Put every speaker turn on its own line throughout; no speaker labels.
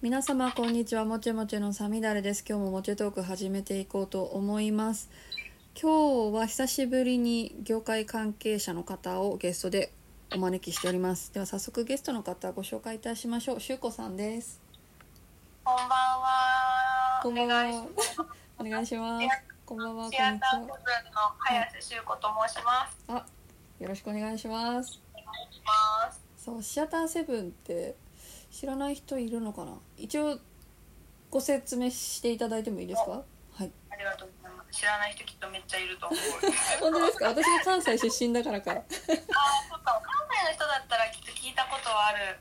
皆様こんにちはもちもちのさみだれです今日ももちトーク始めていこうと思います今日は久しぶりに業界関係者の方をゲストでお招きしておりますでは早速ゲストの方ご紹介いたしましょうしゅうこさんです
こんばんは。
こんばんは
お願いし
お願いしま
ます。
すこんばんはこんにち
シアターセブン
は
の早瀬修子と申します。
あよろしくお願いします
お願いします。
そうシアターセブンって知らない人いるのかな一応ご説明していただいてもいいですかはい
ありがとうございます。知らない人きっとめっちゃいると思う。
本当ですか私が関西出身だからか
あー、そうか。関西の人だったらきっと聞いたことはある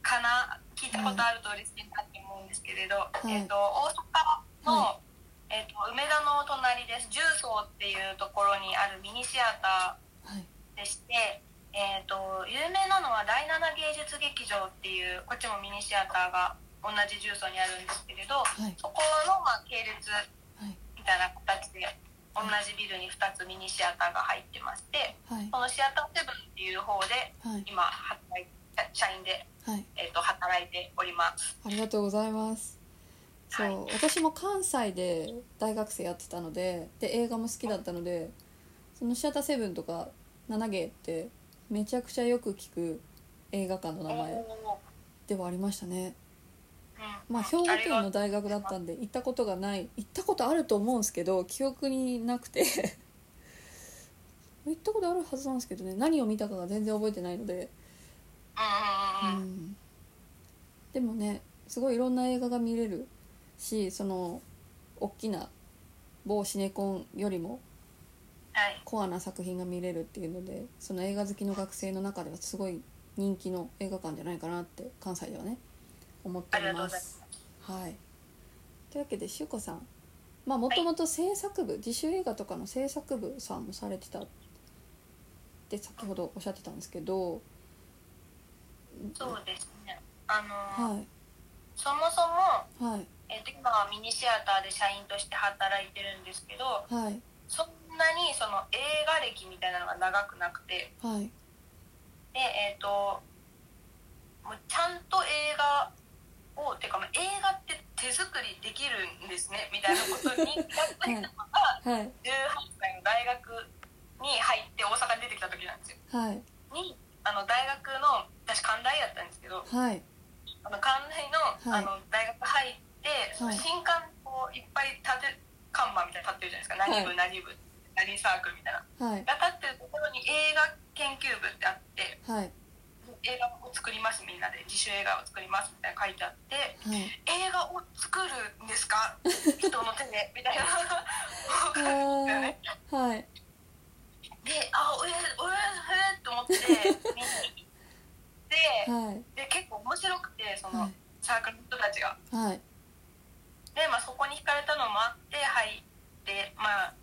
かな。聞いたことあると嬉しいなって思うんですけれど、
い
えっ、と大阪の、えっ、と梅田の隣です。重曹っていうところにあるミニシアター。
はい
でして、えー、と有名なのは第7芸術劇場っていうこっちもミニシアターが同じ重曹にあるんですけれど
はい
そこの、まあ、系列
はい
みたいな形で同じビルに2つミニシアターが入ってまして
はい
このシアターセブンっていう方で
はい
今働い社員で、
はい
えー、と働いております。
ありがとうございますそ
はいう
私も関西で大学生やってたのでで映画も好きだったのでそのシアターセブンとか7芸ってめちゃくちゃよく聞く映画館の名前
おー
ではありましたね
うん
まあ兵庫
ありが
県の大学だったんで行ったことがない行ったことあると思うんですけど記憶になくて 行ったことあるはずなんですけどね何を見たかが全然覚えてないので、
うんうんうんうん
でもねすごいいろんな映画が見れるしその大きな某シネコンよりも
はい
コアな作品が見れるっていうのでその映画好きの学生の中ではすごい人気の映画館じゃないかなって関西ではね思っており
ありがと
ま
うございますす。
はい、というわけでしゅうこさんまあもともと制作部、自主映画とかの制作部さんもされてたって先ほどおっしゃってたんですけど
そうですねあのー
は
そもそも
いはい
えっと今はミニシアターで社員として働いてるんですけど
はい
そんなにその映画歴みたいなのが長くなくて
はい
でえっ、ともうちゃんと映画をてかまあ映画って手作りできるんですねみたいなことにやってたのが
はい
18歳の大学に入って大阪に出てきた時なんですよ。
はい
にあの大学の私関大やったんですけど
はい
あの関大の,、
はい
あの大学入って、その
はい
新刊こういっぱい立て看板みたいなの立ってるじゃ
はい
ないですか、何部何部何サークルみたいな
はい
が立ってるところに映画研究部ってあって
はい
映画を作りますみんなで自主映画を作りますみたいな書いてあって
はい
映画を作るんですか人の手でみたいな
はいはい
であおえおええと 思って見に行って
はい
で結構面白くてそ
は
の
い
サークルの人たちが。
はい
で、まあ、そこに惹かれたのもあって入って、まあ、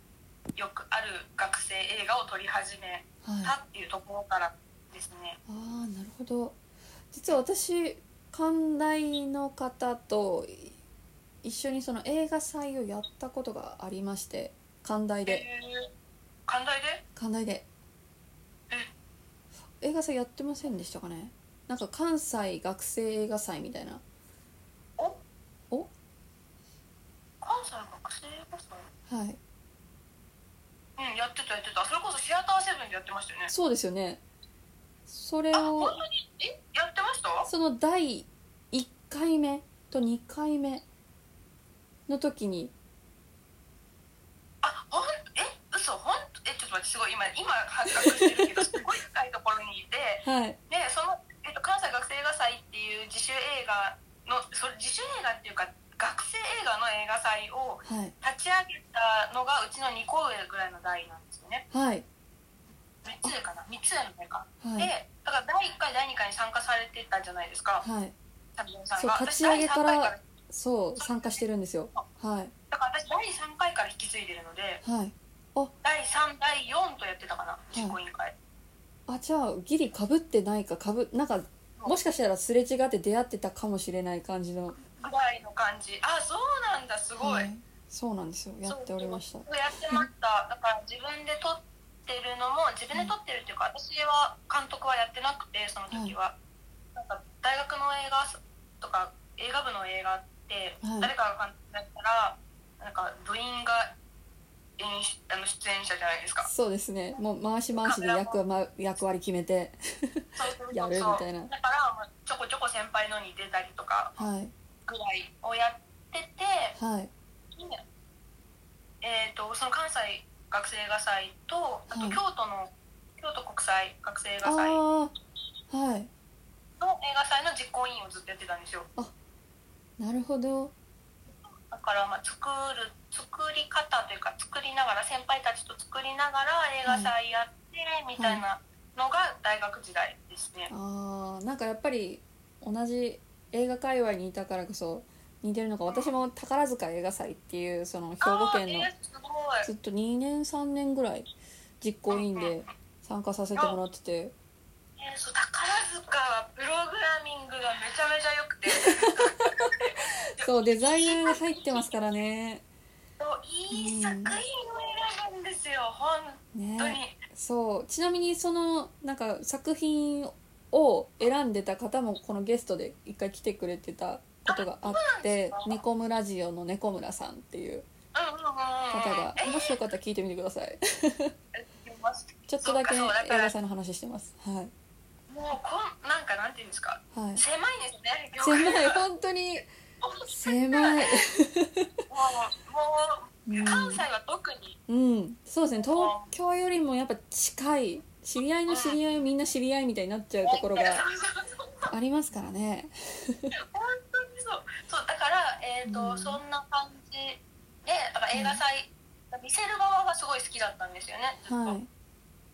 よくある学生映画を撮り始め
はい
たっていうところからですね。
ああなるほど実は私寛大の方とい一緒にその映画祭をやったことがありまして寛大で
えー寛大で
寛大で映画祭やってませんでしたかねなんか関西学生映画祭みたいな
お
お
関西学生映画祭
はい
うん、やってたやってた。それこそシアターセブンでやってましたよね。
そうですよねそれ
あ、本
を
当にえやってましたあ
その第1回目と2回目の時に
ほんえ嘘ほんえちょっと待ってすごい今今発覚してるけどすごい深いところにいて
はい
でその、えっと、関西学生映画祭っていう自主映画のそれ自主映画っていうか学生映画の映画祭を
はい
立ち上げたのがうちの2校上ぐらいの代なんですよね
はい
3つ上かな3つ上の代か、
はい
でだから第1回第2回に参加されてたじゃないですか
はい
サビオンさん
そ
が
う立ち上げから
第三回
そう参加してるんですよはい
だから私第3回から引き継いでるので
はい
第3第4とやってたかな実行委員会、
あじゃあギリかぶってないかかぶなんかもしかしたらすれ違って出会ってたかもしれない感じの
ぐらいの感じあそうなんだすごい、
はいそうなんですよやっておりました
そうやってましただから自分で撮ってるのも自分で撮ってるっていうか私は監督はやってなくてその時は、なんか大学の映画とか映画部の映画って
はい
誰かが監督だったらなんか部員が演出あの出演者じゃないですか
そうですねもう回し回しで役,、ま、役割決めて
そうそう
や
そう
るみ
そう
たいな
だから、まあ、ちょこちょこ先輩のに出たりとか
はい
ぐらいをやってて
はい
えー、とその関西学生映画祭とあ
はい
と京都の、京都国際学生映
あ
画祭の
あーはい
映画祭の実行委員をずっとやってたんですよ
なるほど
だから、まあ、作る作り方というか作りながら先輩たちと作りながら映画祭やってみたいなのが大学時代ですね、
あーなんかやっぱり同じ映画界隈にいたからこそ似てるのか私も宝塚映画祭っていうその兵庫県の
あーえーすごい
ずっと2年3年ぐらい実行委員で参加させてもらってて
えーそう宝塚はプログラミングがめちゃめちゃ良くて
そうデザインが入ってますからね
そういい作品を選ぶんですよ本当に
ね。そうちなみにそのなんか作品を選んでた方もこのゲストで一回来てくれてたことがあって
あそうなんですか
猫村ラジオの猫村さんっていう
うんうんうんうん
方が
え
もしよかったら聞いてみてくださいち
ち
ょっとだけ映
そうかそうだから
画祭の話してますはい
もうこんなんかなんていうんですか
はい
狭いですね業
狭
界
い本当に
も
狭い
うもう関西は特に
うんそうですね東京よりもやっぱ近い知り合いの知り合いみんな知り合いみたいになっちゃうところが
そうそうそう
ありますからね
本当にそうそうだからえっ、と、
うん
そんな感じでだから映画祭、見せる側はすごい好きだったんですよね、
はい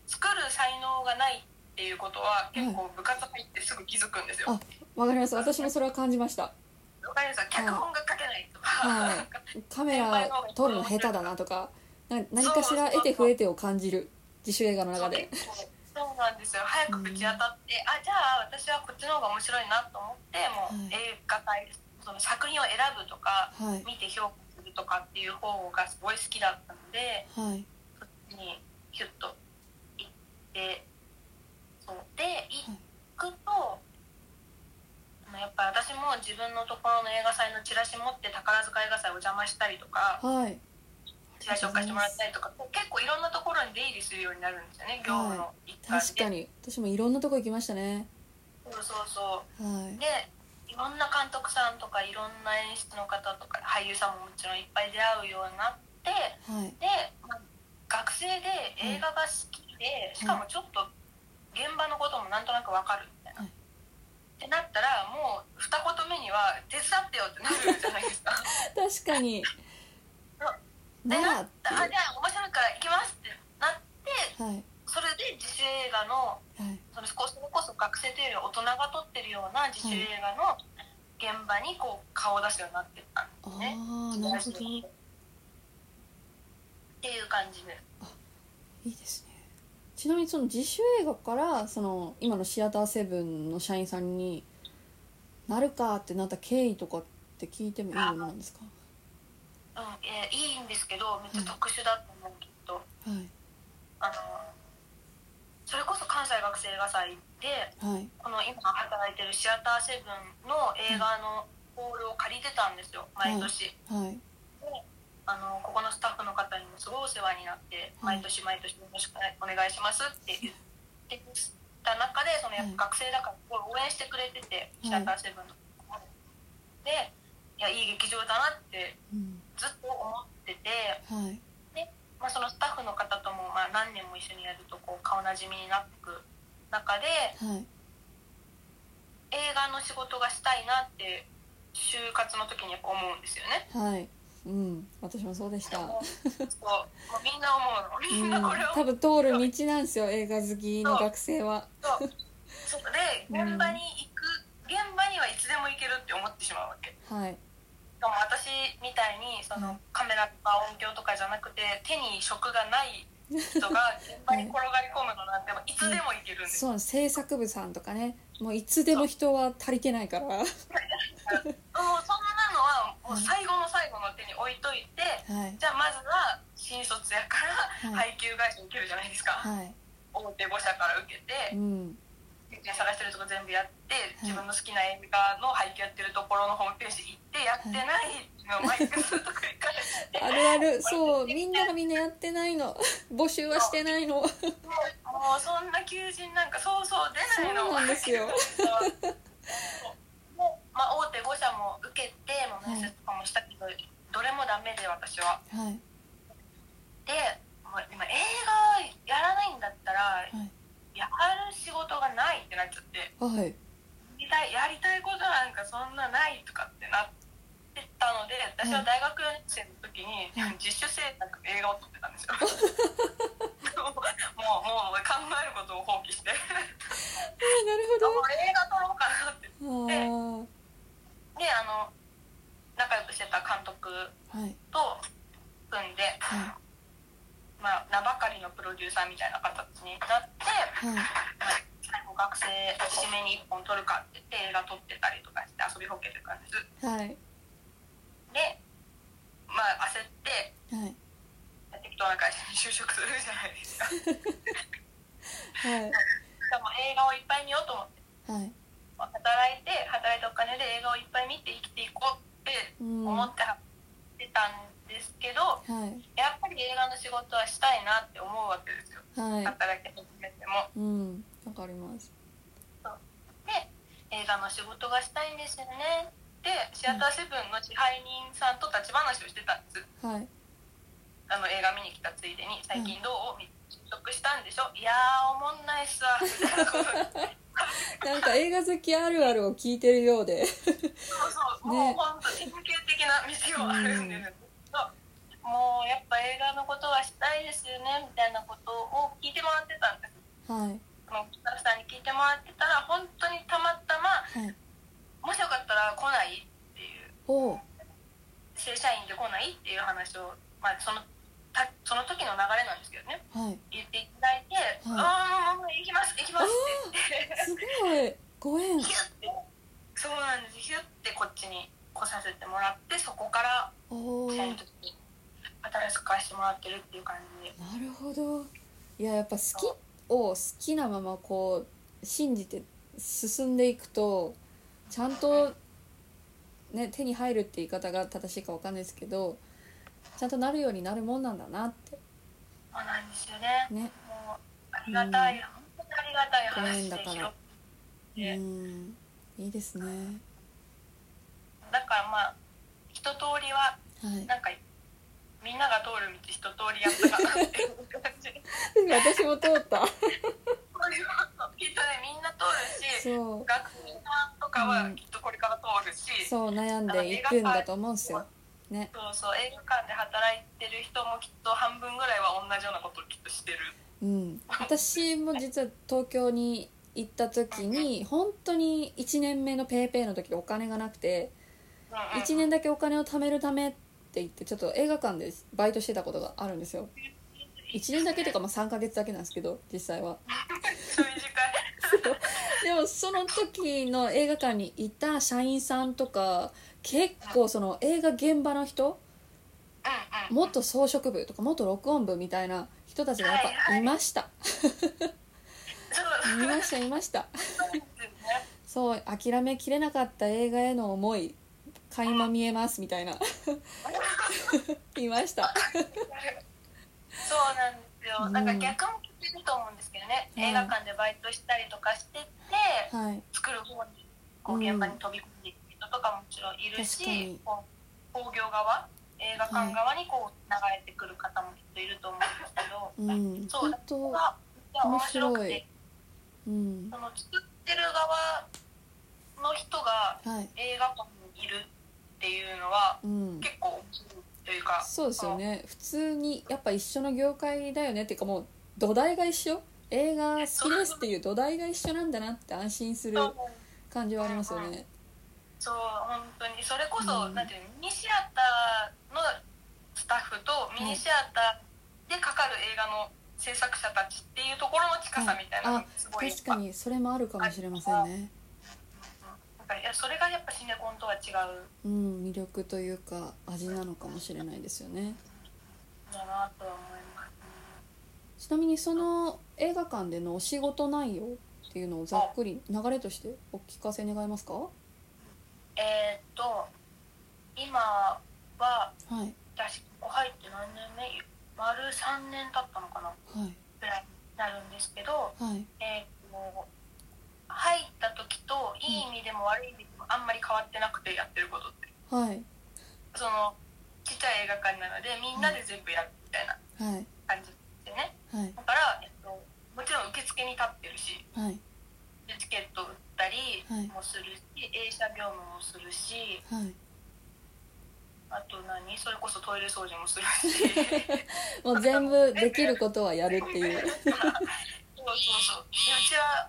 作る才能がないっていうことは結構部活入ってすぐ気づくんですよ、
あわかります私もそれは感じました
わかります脚本が書けないとか、
はカメラ撮るの下手だなとかな何かしら得て不得てを感じる自主映画の
そ
中
う
で
結構そうなんですよ早くぶち当たって、あじゃあ私はこっちの方が面白いなと思ってもう
は
映画祭その作品を選ぶとか
はい
見て評価するとかっていう方がすごい好きだったので
はい
そっちにキュッと行ってそうで行くと、あのやっぱり私も自分のところの映画祭のチラシ持って宝塚映画祭お邪魔したりとか
はい
チラシ紹介してもらったりとか結構いろんなところに出入りするようになるんですよね業務の一環で。
確かに私もいろんなとこ行きましたね
そうそうそ
は
うでいろんな監督さんとかいろんな演出の方とか俳優さんももちろんいっぱい出会うようになっ
い
て
はい
で、まあ学生で映画が好きで、しかもちょっと現場のこともなんとなくわかるみたいな。
はい
ってなったらもう二言目には「手伝ってよ」ってなるじゃない ですか。
確かにな
でな
ら
っ
って
たあじゃあ面白いから行きますってなって
はい
それで自主映画の
はい
そのそれこそ学生というよりは大人が撮ってるような自主映画の現場にこう顔を出すようになってったんですね。
ああなるほどい
っていう感じで
いですねちなみにその自主映画からその今のシアターセブンの社員さんになるかってなった経緯とかって聞いてもいいものなんですか
うんえーいいんですけどめっちゃ特殊だと思うけど、
はい
あのそれこそ関西学生映画祭で
はい
この今働いてるシアターセブンの映画のホールを借りてたんですよ毎年。
はい
あのここのスタッフの方にもすごいお世話になって
はい
毎年毎年よろしくお願いしますって言ってた中でそのやっぱ学生だからすごい応援してくれてて、
い
シアターセブンのでいやいい劇場だなって
うん
ずっと思ってて、
はい
まあ、そのスタッフの方ともまあ何年も一緒にやるとこう顔なじみになってく中で
はい
映画の仕事がしたいなって就活の時にやっぱ思うんですよね。
はいうん私もそうでした
もうそうもうみんな思うのみんなこれを
多分通る道なんですよ映画好きの学生は
そうそうで現場に行く、現場にはいつでも行けるって思ってしまうわけで
はい
も私みたいにそのカメラとか音響とかじゃなくて手に職がない人が現場に転がり込むのなんてもういつでも行けるんですよ
そうなんです制作部さんとかねもういつでも人は足りてないからは
もうそんなのはもう最後の最後の手に置いといて
い
じゃあまずは新卒やから
はい
配給会社受けるじゃないですか
はい
大手5社から受け
う
て
ん
で探してるとこ全部やって自分の好きな映画の背景やってるところのホームページ行ってやってないのを毎回ずっと繰り返して
あるあるそうみんながみんなやってないの 募集はしてないの
もうもうそんな求人なんかそうそう出ないの
そうなんです よ
もう、まあ、大手5社も受けてもう面接とかもしたけど、どれもダメで私は
はい
でもう今映画やらないんだったら、やる仕事がないってなっちゃって
はい
やりたいやりたいことなんかそんなないとかってなってたので私は大学4年生の時に、
はい
実習生なんか映画を撮ってたんです よもうもうもう考えることを放棄して
あなるほど
もう映画撮ろうかなって
あー
であの仲良くしてた監督
はい
と組んで、
は
まあ、名ばかりのプロデューサーみたいな形になって、
はい
まあ最後学生締めに1本撮るかって言って映画撮ってたりとかして遊びほうけてたんです
はい
でまあ焦って
はい
適当な会社に就職するじゃないです かで
はい
も映画をいっぱい見ようと思って
はい
働いて働いたお金で映画をいっぱい見て生きていこうって
うん
思
は
ってはってたんですけど
い
やっぱり映画の仕事はしたいなって思うわけですよ
は
働き始めても
いうんわかります
で映画の仕事がしたいんですよねでシアターセブンの支配人さんと立ち話をしてたんです
はい
あの映画見に来たついでに「最近どう?」みたいな「就職したんでしょ?」「いやーおもんないっすわ」 みたいなこと
なんか映画好きあるあるを聞いてるようで
そうそう、も
ね
う本当典型的な店をあるんですけど、もうやっぱ映画のことはしたいですよねみたいなことを聞いてもらってたんです
はい
そのスタッフさんに聞いてもらってたら本当にたまたま
はい
「もしよかったら来ない?」っていう
おう
正社員で来ないっていう話を、まあ、そのたその時の流れなんですけどね
はい
言っていただいて「ああもう行きます行きます」って言って。
すごいご縁
ヒュッてそうなんですヒュッてこっちに来させてもらってそこから
おお
社員
な
の時に働かせてもらってるっていう感じで
るほどいややっぱ好きを好きなままこう信じて進んでいくとちゃんとね手に入るって言い方が正しいかわかんないですけどちゃんとなるようになるもんなんだなって
そうなんですよね
ね
もうありがたい、本当にありがたい話で
ご縁だ
広
か
が
ら
っ
う
て
んいいですね
だからまあ一通りは
はい
なんかみんなが通る道一通りやったかなっていう感 じ
私も通った
これはきっとねみんな通るし
そう
学生さんとかはきっとこれから通るし、
そう悩んでいくんだと思うんですよね
そうそう映画館で働いてる人もきっと半分ぐらいは同じようなことをきっとしてる
うん、私も実は東京に行った時に本当に1年目のペイペイの時でお金がなくて1年
だ
だけお金を貯めるためって言ってちょっと映画館でバイトしてたことがあるんですよ1年だけというかまあ3ヶ月だけなんですけど実際は
短い
でもその時の映画館にいた社員さんとか結構その映画現場の人
うんうん
元装飾部とか元録音部みたいな人たちがやっぱいました
そう
いましたいました
そうですね
そう諦めきれなかった映画への思い垣間見えますみたいないました
そうなんですよ
うん
なんか逆も聞けると思うんですけどね、
うん
映画館でバイトしたりとかしてて
はい
作る方にこう現場に飛び込んでいく人とかももちろんいる
確か
し
に
こう興行側映画館側にこう流れてくる方もきっといると思うんですけ
うん
ど、そう
本
だ
当
が面白く
面白
て
いうん
その作ってる側の人が
はい
映画館にいるっていうのは
うん
結構面白いというか
そうですよね普通にやっぱ一緒の業界だよねっていうかもう土台が一緒映画好きですっていう土台が一緒なんだなって安心する
そう
感じはありますよね
そう本当にそれこそ、
うん
なんていうのミニシアターのスタッフとミニシアターでかかる映画の制作者たちっていうところの近さみたいなのがすごいやっ
確
ぱ
かにそれもあるかもしれませんね
なんかいやそれがやっぱシネコンとは違うん
うん魅力というか味なのかもしれないですよね
だなとは思います。
ちなみにその映画館でのお仕事内容っていうのをざっくり流れとしてお聞かせ願えますかは
えーっと今はい私ここ入って何年目丸3年経ったのかな
はい
ぐらいになるんですけど、
はい
えーっと入った時といい意味でも悪い意味でもあんまり変わってなくてやってることって
はい
そのちっちゃい映画館なのでみんなで全部やるみたいな
はい
感じでね
はい
だから、えっと、もちろん受付に立ってるし
はい
でチケット売ったり
はい
もするし、映写業務もするし
はい
あと何それこそトイレ掃除もするし
もう全部できることはやるっていう
そうそうそうでうちは、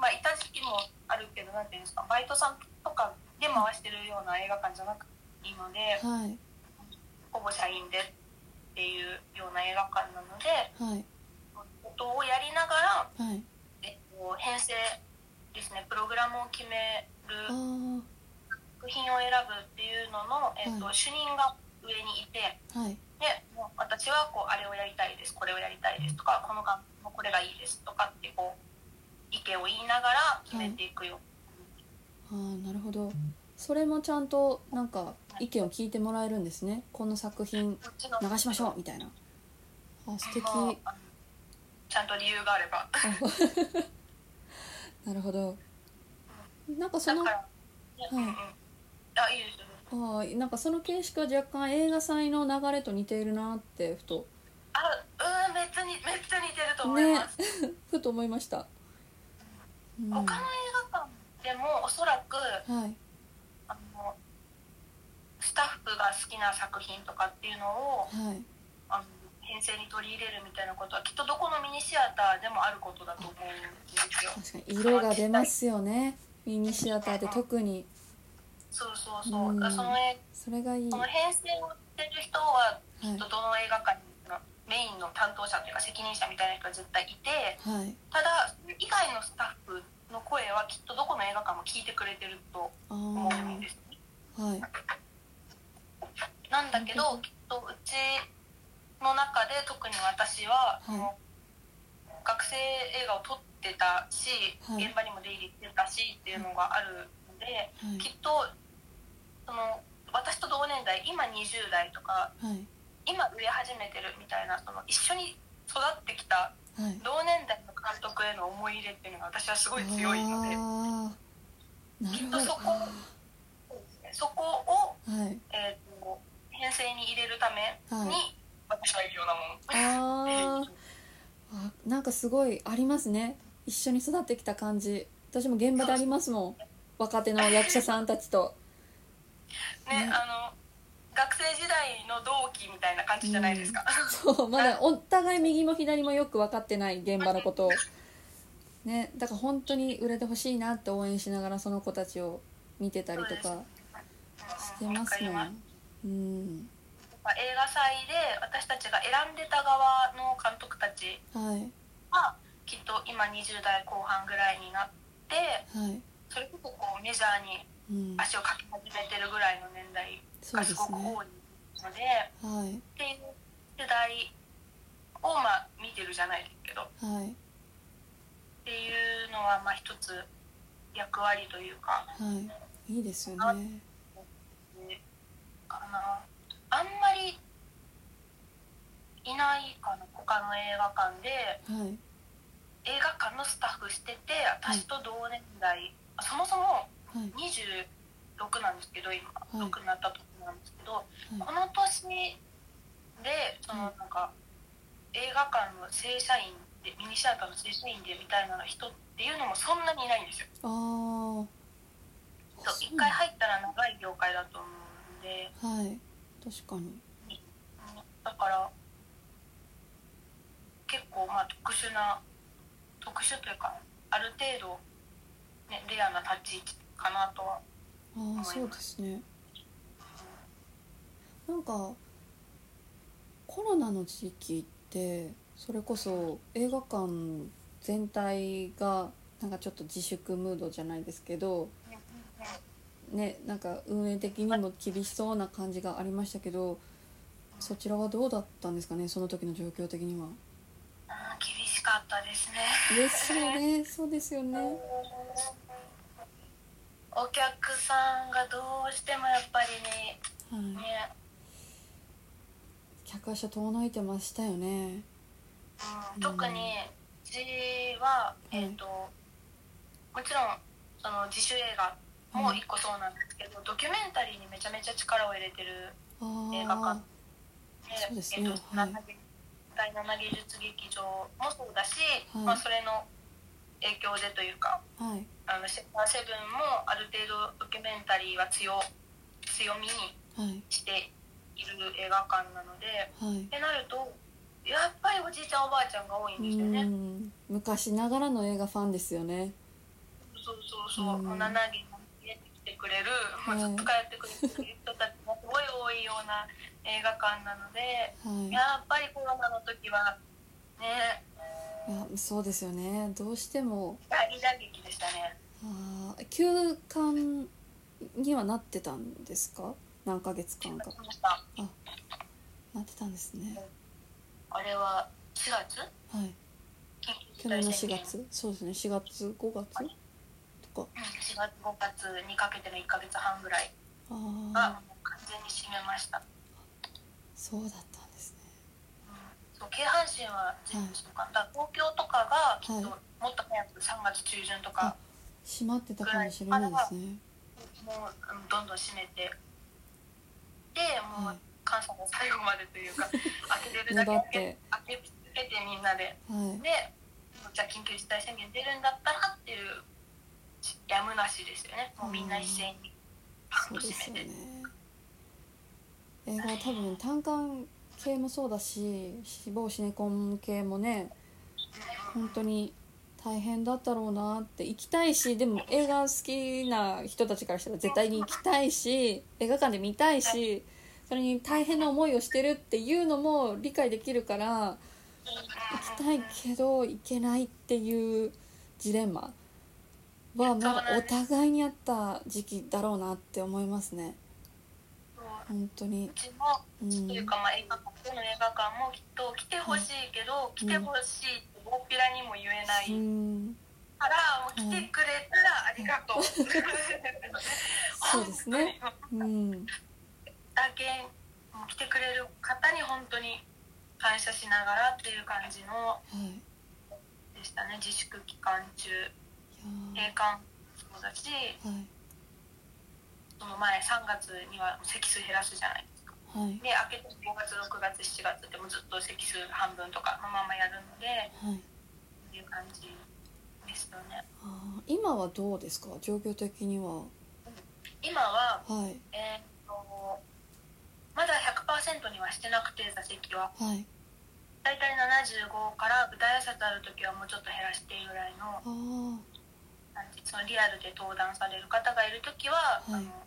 まあ、いた時期もあるけどなんていうんですかバイトさんとかで回してるような映画館じゃなくていいので
はい
ほぼ社員でっていうような映画館なので
はい
ことをやりなが
は
ら、
い
えっと、編成ですねプログラムを決める
あー
作品を選ぶっていうのの、えっと
は
主任が上にいて
はい
でもう私はこうあれをやりたいですこれをやりたいですとかこの監督のこれがいいですとかってこう意見を言いながら決めていくよ、
あーなるほどそれもちゃんとなんか意見を聞いてもらえるんですねこの作品
こっちの
流しましょうみたいなあ素敵
まああのちゃんと理由があれば
なるほどなんかそ
だ
の
から、ねうんうんあいいですよ
ああなんかその形式は若干映画祭の流れと似ているなってふと
あうんめっちゃにめっちゃ似てると思います、
ふと思いました、うん、
他の映
は
画館でもおそらく
い
あのスタッフが好きな作品とかっていうのを
はい
あの編成に取り入れるみたいなことはきっとどこのミニシアターでもあることだと思うんですよ
確かに色が出ますよねミニシアターで特に
そうそうそう、
うん
そのえ
それがいい
その
はい
編成をしてる人はきっとどの映画館のメインの担当者というか責任者みたいな人が絶対いて
はい
ただそれ以外のスタッフの声はきっとどこの映画館も聞いてくれてると
あ
思うんですね
あはい
なんだけどきっとうちの中で特に私
は
は、
い
その学生映画を撮ってたし、
はい
現場にも出入りしてたしっていうのがあるので、
はい
きっとその私と同年代今20代と
は
か
い
今売れ始めてるみたいなその一緒に育ってきた
はい
同年代の監督への思い入れっていうのが私はすごい強いので
ああなる
きっ
ほど
とそこそこを、
はい
えーと編成に入れるために、
は
私はいるようなもの。
あーあなんかすごいありますね一緒に育ってきた感じ私も現場でありますもん若手の役者さんたちと
ね
ね
あの学生時代の同期みたいな感じじゃないですか、
そうまだお互い右も左もよく分かってない現場のことをねだから本当に売れてほしいなって応援しながらその子たちを見てたりとかして
うん うんわ
ま
か
す
り
も
ます
んうん
映画祭で私たちが選んでた側の監督たち
はい
はきっと今20代後半ぐらいになって
はい
それこそこうメジャーに
うん
足をかき始めてるぐらいの年代
そう
が
ですす
ごく
ね
多いので
はい
っていう世代をまあ見てるじゃないですけどっ
はい
ていうのはまあ一つ役割というか
はいいいですよね
かなあんまりいないかな他の映画館で
はい
映画館のスタッフしてて私と同年代、そもそも
はい
26なんですけど今、
はい
6になったとこなんですけど、
い
この年でそのなんか、映画館の正社員でミニシアターの正社員でみたいな人っていうのもそんなにいないんですよ。
あーあ
そ
そう
う一回入ったら長い業界だと思うんで。
はい確かに
だから結構まあ特殊な特殊というかある程度、ね、レアな立ち位置かなとは
ああそうですねなんかコロナの時期ってそれこそ映画館全体がなんかちょっと自粛ムードじゃないですけどねなんか運営的にも厳しそうな感じがありましたけどそちらはどうだったんですかねその時の状況的には
うん厳しかかったですね
嬉しいねそうですよね
お客さんがどうしてもやっぱりね
はい
ね、
客足は遠のいてましたよね
うん、特にうちは、
うん
えっ、ともちろんその自主映画も一個そうなんですけど、ドキュメンタリーにめちゃめちゃ力を入れてる
あ
映画
あ
館
そうですね
えっと
はい
第7芸術劇場もそうだし、
はい
まあ、それの影響でというか
はい
あのシェアセブンもある程度ドキュメンタリーは強強みに
はい
している映画館なので
はい
ってなるとやっぱりおじいちゃんおばあちゃんが多いん
う
ですよね。
ん昔ながらの映画ファンですよね
そうそうそ
う
う、
ん
もう7人も入れてきてくれる、まあ、ず
はい
っと通ってくれる人たちもすごい多いような映画館なので、
はい
やっぱりコロナの時はね
いやそうですよねどうしても
大打撃でしたね
あー休館にはなってたんですか何ヶ月間か
そうした
なってたんですね
あれは4月
はい去
緊急事態
年の4
宣言
月そうですね4月5月とか
うん4月5月にかけての1ヶ月半ぐらい
ああ
がもう完全に閉めました、
そうだったんですね
うんそう京阪神は全部そうか、だから東京とかがきっと
は
もっと早く3月中旬とか、
閉まってたかもしれないですね
もううんどんどん閉めてでも
は
う
い
関西の最後までというか開けてるだけ
粘っ
開け
て
開け続けてみんなで
はい
でじゃあ緊急事態宣言出るんだったらっていうやむなしですよねもうみんな一斉にパ
そ
ン
う
と
で
閉
すよ
めて
ね映画は多分単館系もそうだし死亡シネコン系もね本当に大変だったろうなって行きたいしでも映画好きな人たちからしたら絶対に行きたいし映画館で見たいしそれに大変な思いをしてるっていうのも理解できるから行きたいけど行けないっていうジレンマはまあお互いにあった時期だろうなって思いますね
そう
本当に
うちも
うん
というかまあ映画館どの映画館もきっと来てほしいけど、来てほしいって大っぴらにも言えない
うん
から、もう来てくれたらありがとう、
そうですねうん
だけもう来てくれる方に本当に感謝しながらっていう感じの
はい
でしたね自粛期間中
いや
閉館もそうだし
ーはい
その前3月には席数減らすじゃないですか
はい
で明けて5月6月7月ってもうずっと席数半分とかのままやるので
はい
っていう感じですよね
あー今はどうですか状況的には
今は
はい
えーっとまだ100%にはしてなくて座席は
はい
大体75から舞台挨拶ある時はもうちょっと減らしているぐらいの
ああ
なんてそのリアルで登壇される方がいる時は、
はい
あの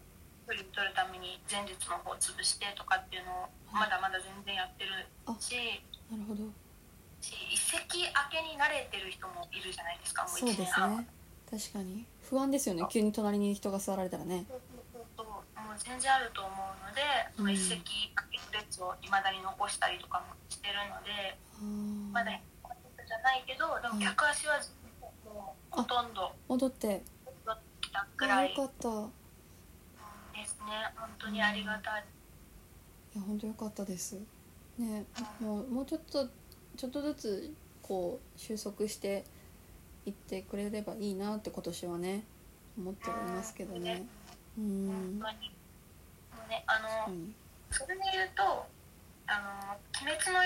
距離を取るために前日の方を潰してとかっていうのを
は
ま
い
だまだ全然やってるし
なるほど
し一席明けに慣れてる人もいるじゃないですかもう
そう
1
です
年
ね
半。
確かに不安ですよね急に隣に人が座られたらね
そうそうそうもう全然あると思うので、その一席明けの列をいまだに残したりとかもしてるので、
あー
まだ100%じゃないけどでも客足はずっともうほとんど
戻って
戻ってきた
あ
くら
ー
い
よかったい
ですね本当にありがたい。
や本当よかったですね
うん
もうもうちょっとちょっとずつこう収束していってくれればいいなって今年はね思っておりますけどねう
本
ん
当に。もうね、あ
確か
の、
に
それで言うと、あの、鬼滅の
あ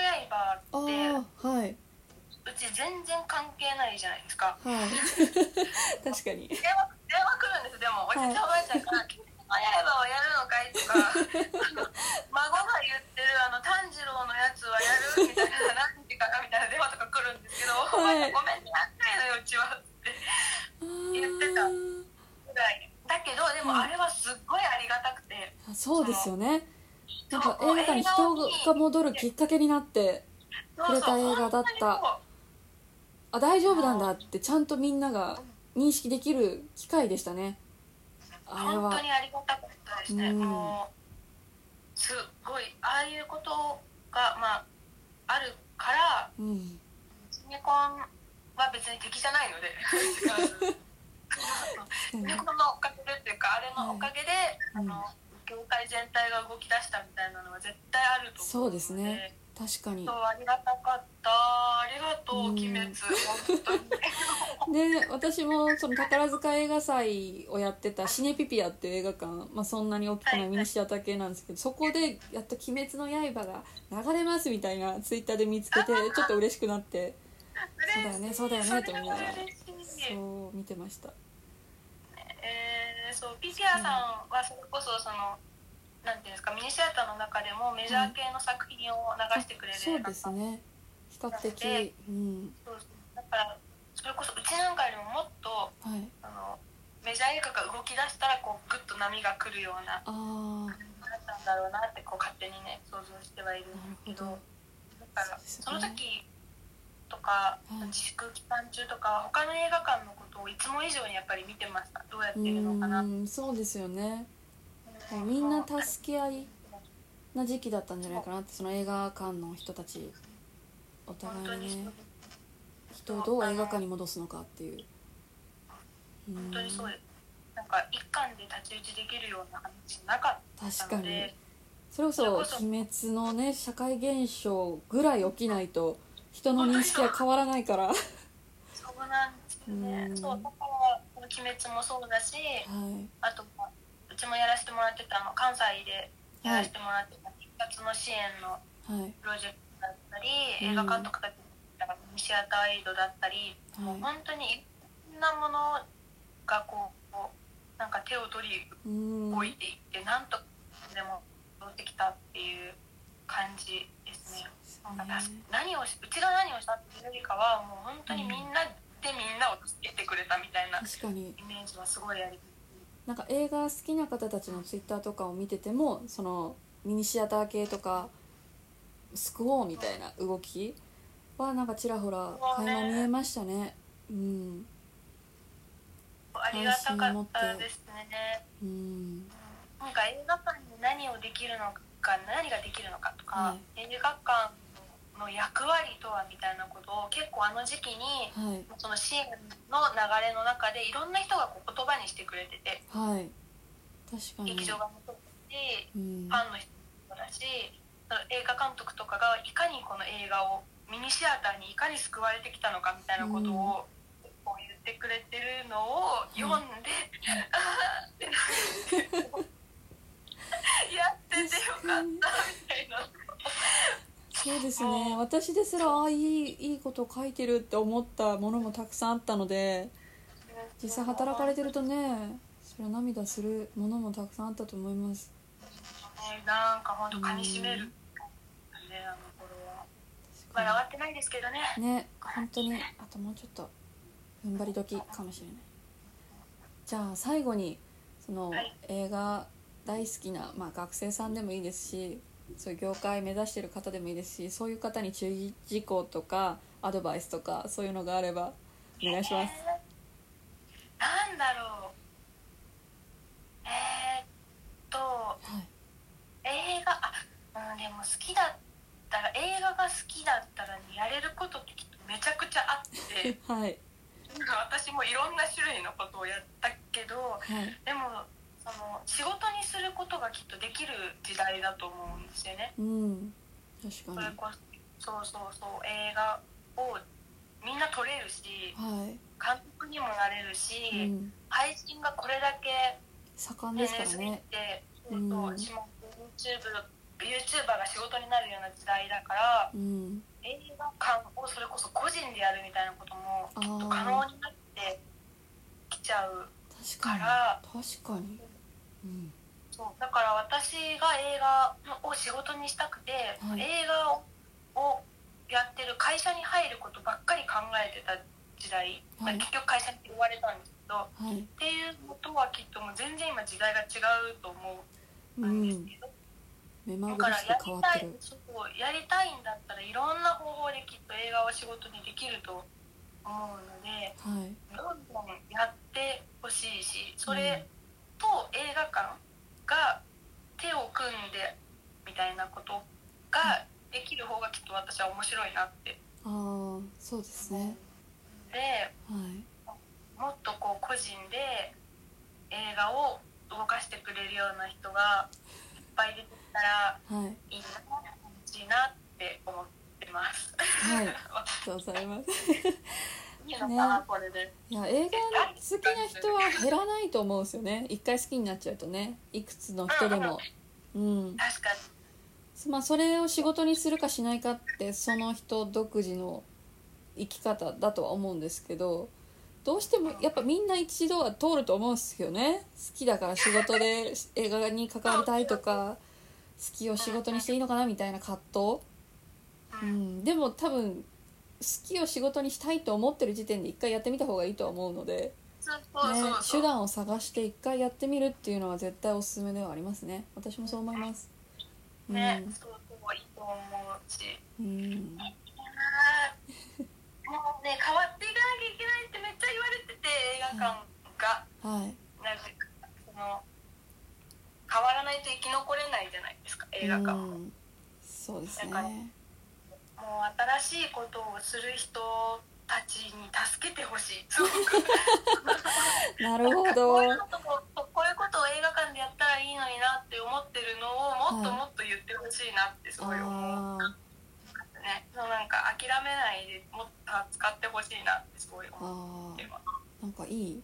刃って、
あはいう
ち全然関係ないじゃないです
は
か。
い 確かに
電話、電話来るんです、でも、おじいちゃんおばあちゃ んから、鬼滅の刃をやるのかいとか。あの孫が言ってる、あの、炭治郎のやつはやるみたいな、何時からみたいな電話とか来るんですけど、
はい
ごめんね、やんないのよ、うちは。
あ
言ってた
ー
ぐらい。だけど、でも、あれはすっごいありがたくて。
あそうですよね
そ
な
う
か
ん
映画館に人が戻るきっかけになって
そうそう
触れた映画だった
本
あ大丈夫なんだってちゃんとみんなが認識できる機会でしたねあれ
本当
は
にありがたかったですね、
うん
もうすごいああいうことが、まあ、あるから
うん
シネコンは別に敵じゃないので
うん
でこのおかげでっていうかあれのおかげで、
うん
あの業界全体が動き出したみたいなのは絶対あると思うので
そうですね確かに
そうありがたかったありがとう
うん
鬼滅本当に
で私もその宝塚映画祭をやってたシネピピアっていう映画館、まあ、そんなに大きくないミニシアター系なんですけどそこでやっと「鬼滅の刃」が流れますみたいなツイッターで見つけてちょっと嬉しくなって そうだよねそうだよねと思いながら
嬉しい
そう見てました
えーそうピピアさんはそれこそその、なんていうんですかミニシアターの中でもメジャー系の作品を流してくれる
そう
映画
ですね比較的うん
そうそうだからそれこそうちなんかよりももっと
はい
あのメジャー映画が動き出したらこうグッと波が来るような
ああ
なったんだろうなってこう勝手にね想像してはいるんですけど
なるほ
だからそ
そう
の
ですね
時とか、
はい
自粛期間中とか他の映画館のことをいつも以上にやっぱり見てましたどうやっ
う
てるのかな
ーんそうですよね
う
みんな助け合いな時期だったんじゃないかなってその映画館の人たちお
本
互
当
い
に
に
そ
ね
う
人をどう映画館に戻すのかっていううん
本当にそうですなんか一巻で太刀打ちできるような話なかった
確か
の
に
で
それこそ
それこそ
「鬼滅」のね社会現象ぐらい起きないと人の認識は変わらないからは
そうなんですよね、
うん
そうだから「鬼滅」もそうだし
い
あとまあうちもやらせてもらってたあの関西でやらせてもらってた一括の支援の
はい
プロジェクトだったり
うん
映画監督たちだからミニシアターエイドだったり
は
本当にいろんなものがこうこうなんか手を取り
いうん
動いていってなんとかでも戻ってきたっていう感じですね。なんか助け何をしうちが何をしたっていうよりかはもう本当にみんなでみんなを助けてくれたみたいな
確かに
イメージはすごいあります。
なんか映画好きな方たちのツイッターとかを見ててもそのミニシアター系とか救おうみたいな動きはなんかちらほら垣間見えましたねうん
ありがたかったですね。
うん
うんなんか映画館で何をできるのか何ができるのかと
は
か、映画館の役割とはみたいなことを結構あの時期に
はい
そのシーンの流れの中でいろんな人がこう言葉にしてくれてて、
はい確かに
劇場がもそうだし
うん
ファンの人もだしその映画監督とかがいかにこの映画をミニシアターにいかに救われてきたのかみたいなことを、こう言ってくれてるのを読んで、ああーってなってやっててよかったみたいな
そうですね私ですらああいいいいこと書いてるって思ったものもたくさんあったので 実際働かれてるとねそれは涙するものもたくさんあったと思います
ねなんかほんとかみしめる、ねあの頃はまだ終わってないですけどね
ね本当にあともうちょっと踏ん張り時かもしれないじゃあ最後にその
はい
映画大好きな、まあ、学生さんでもいいですしそういう業界目指してる方でもいいですしそういう方に注意事項とかアドバイスとかそういうのがあればお願いします、
なんだろうえー、っと
はい、
映画あ、うん、でも好きだったら映画が好きだったらやれることってきっとめちゃくちゃあって
はい
なんか私もいろんな種類のことをやったけ
は
ど
い
でもその仕事にすることがきっとできる時代だと思うんですよね。
うん
そ
確
れ
かに
こそそうそうそう映画をみんな撮れるし
は
監督にもなれるし、
い、うん、
配信がこれだけ
盛んですからね
SNS
う
で、
ん
そうそう、YouTube、YouTuber が仕事になるような時代だから、
うん
映画館をそれこそ個人でやるみたいなことも
あ
きっと
ー
可能になってきちゃう
確か
か
に
ら、
確かにうん
そうだから私が映画を仕事にしたくて、
はい
映画ををやってる会社に入ることばっかり考えてた時代、まあ
はい
結局会社に追われたんですけど、
はい
っていうことはきっともう全然今時代が違うと思
う
うんです
ん
けど。
目
だ
まぐ
か
る
ら
し
や
く
り
変わったて
い
る
そうやりたいんだったらいろんな方法できっと映画を仕事にできると思うので
はい
どんどんやってほしいしそれと映画館が手を組んでみたいなことができる方がきっと私は面白いなって
ああそうですね
うんで
はい
もっとこう個人で映画を動かしてくれるような人がいっぱい出てきたら
はい
いいな欲しいなって思ってます。
はいありがとうございます
いいのかな、これで。
いや映画好きな人は減らないと思うんですよね一回好きになっちゃうとねいくつの人でもうん
確かに
まあそれを仕事にするかしないかってその人独自の生き方だとは思うんですけどどうしてもやっぱみんな一度は通ると思うんですよね好きだから仕事で映画に関わりたいとか好きを仕事にしていいのかなみたいな葛藤う
うん
ん、でも多分好きを仕事にしたいと思ってる時点で一回やってみた方がいいとは思うので、
そうそう
ね
そう、そ
手
う
段を探して一回やってみるっていうのは絶対おすすめではありますね私もそう思います
ね、そうそういいと思うし。
うん、うん、
あーもうね変わっていかなきゃいけないってめっちゃ言われてて映画館が
はい
なんかその変わらないと生き残れないじゃないですか映画館
う
も。
ん、そうですね
なんかもう新しいことをする人たちに助けてほしい。すごく
なるほど
こういうこともこういうことを映画館でやったらいいのになって思ってるのをもっともっと言ってほしいなってすごい思う
あ
ね。そうなんか諦めないでもっと使ってほしいなってすごい
ー
思
あ
ってます。
ーなんかいい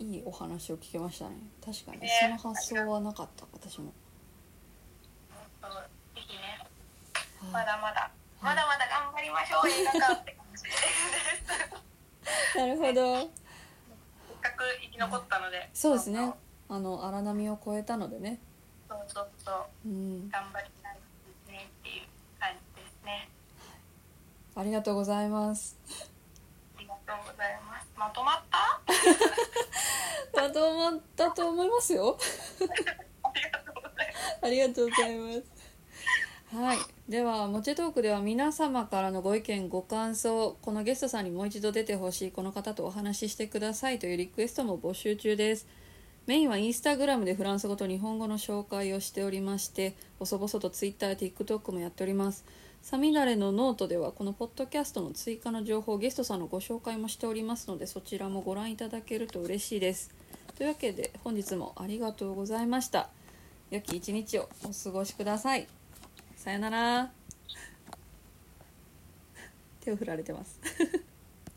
いいお話を聞けましたね確かに
ね
その発想はなかった私も、
そうぜひね、ま
はい
だまだ、まだまだ頑張りま しょう、映画館って感じです。せ
なるほど
っかく生き残ったので、
そうですねあの荒波を越えたのでね
そうそうそう、
うん
頑張りたいですねっていう感じですね。
ありがとうございます。
ありがとうございます。まとまった。あ
まとまったと思いますよ。
りがとうございます。
ありがとうございます。はい、では、モチトークでは皆様からのご意見、ご感想、このゲストさんにもう一度出てほしい、この方とお話ししてくださいというリクエストも募集中です。メインはインスタグラムでフランス語と日本語の紹介をしておりまして、細々とツイッター、TikTok もやっております。サミダレのノートではこのポッドキャストの追加の情報、ゲストさんのご紹介もしておりますので、そちらもご覧いただけると嬉しいです。というわけで本日もありがとうございました。良き一日をお過ごしください。さよなら。手を振られてます。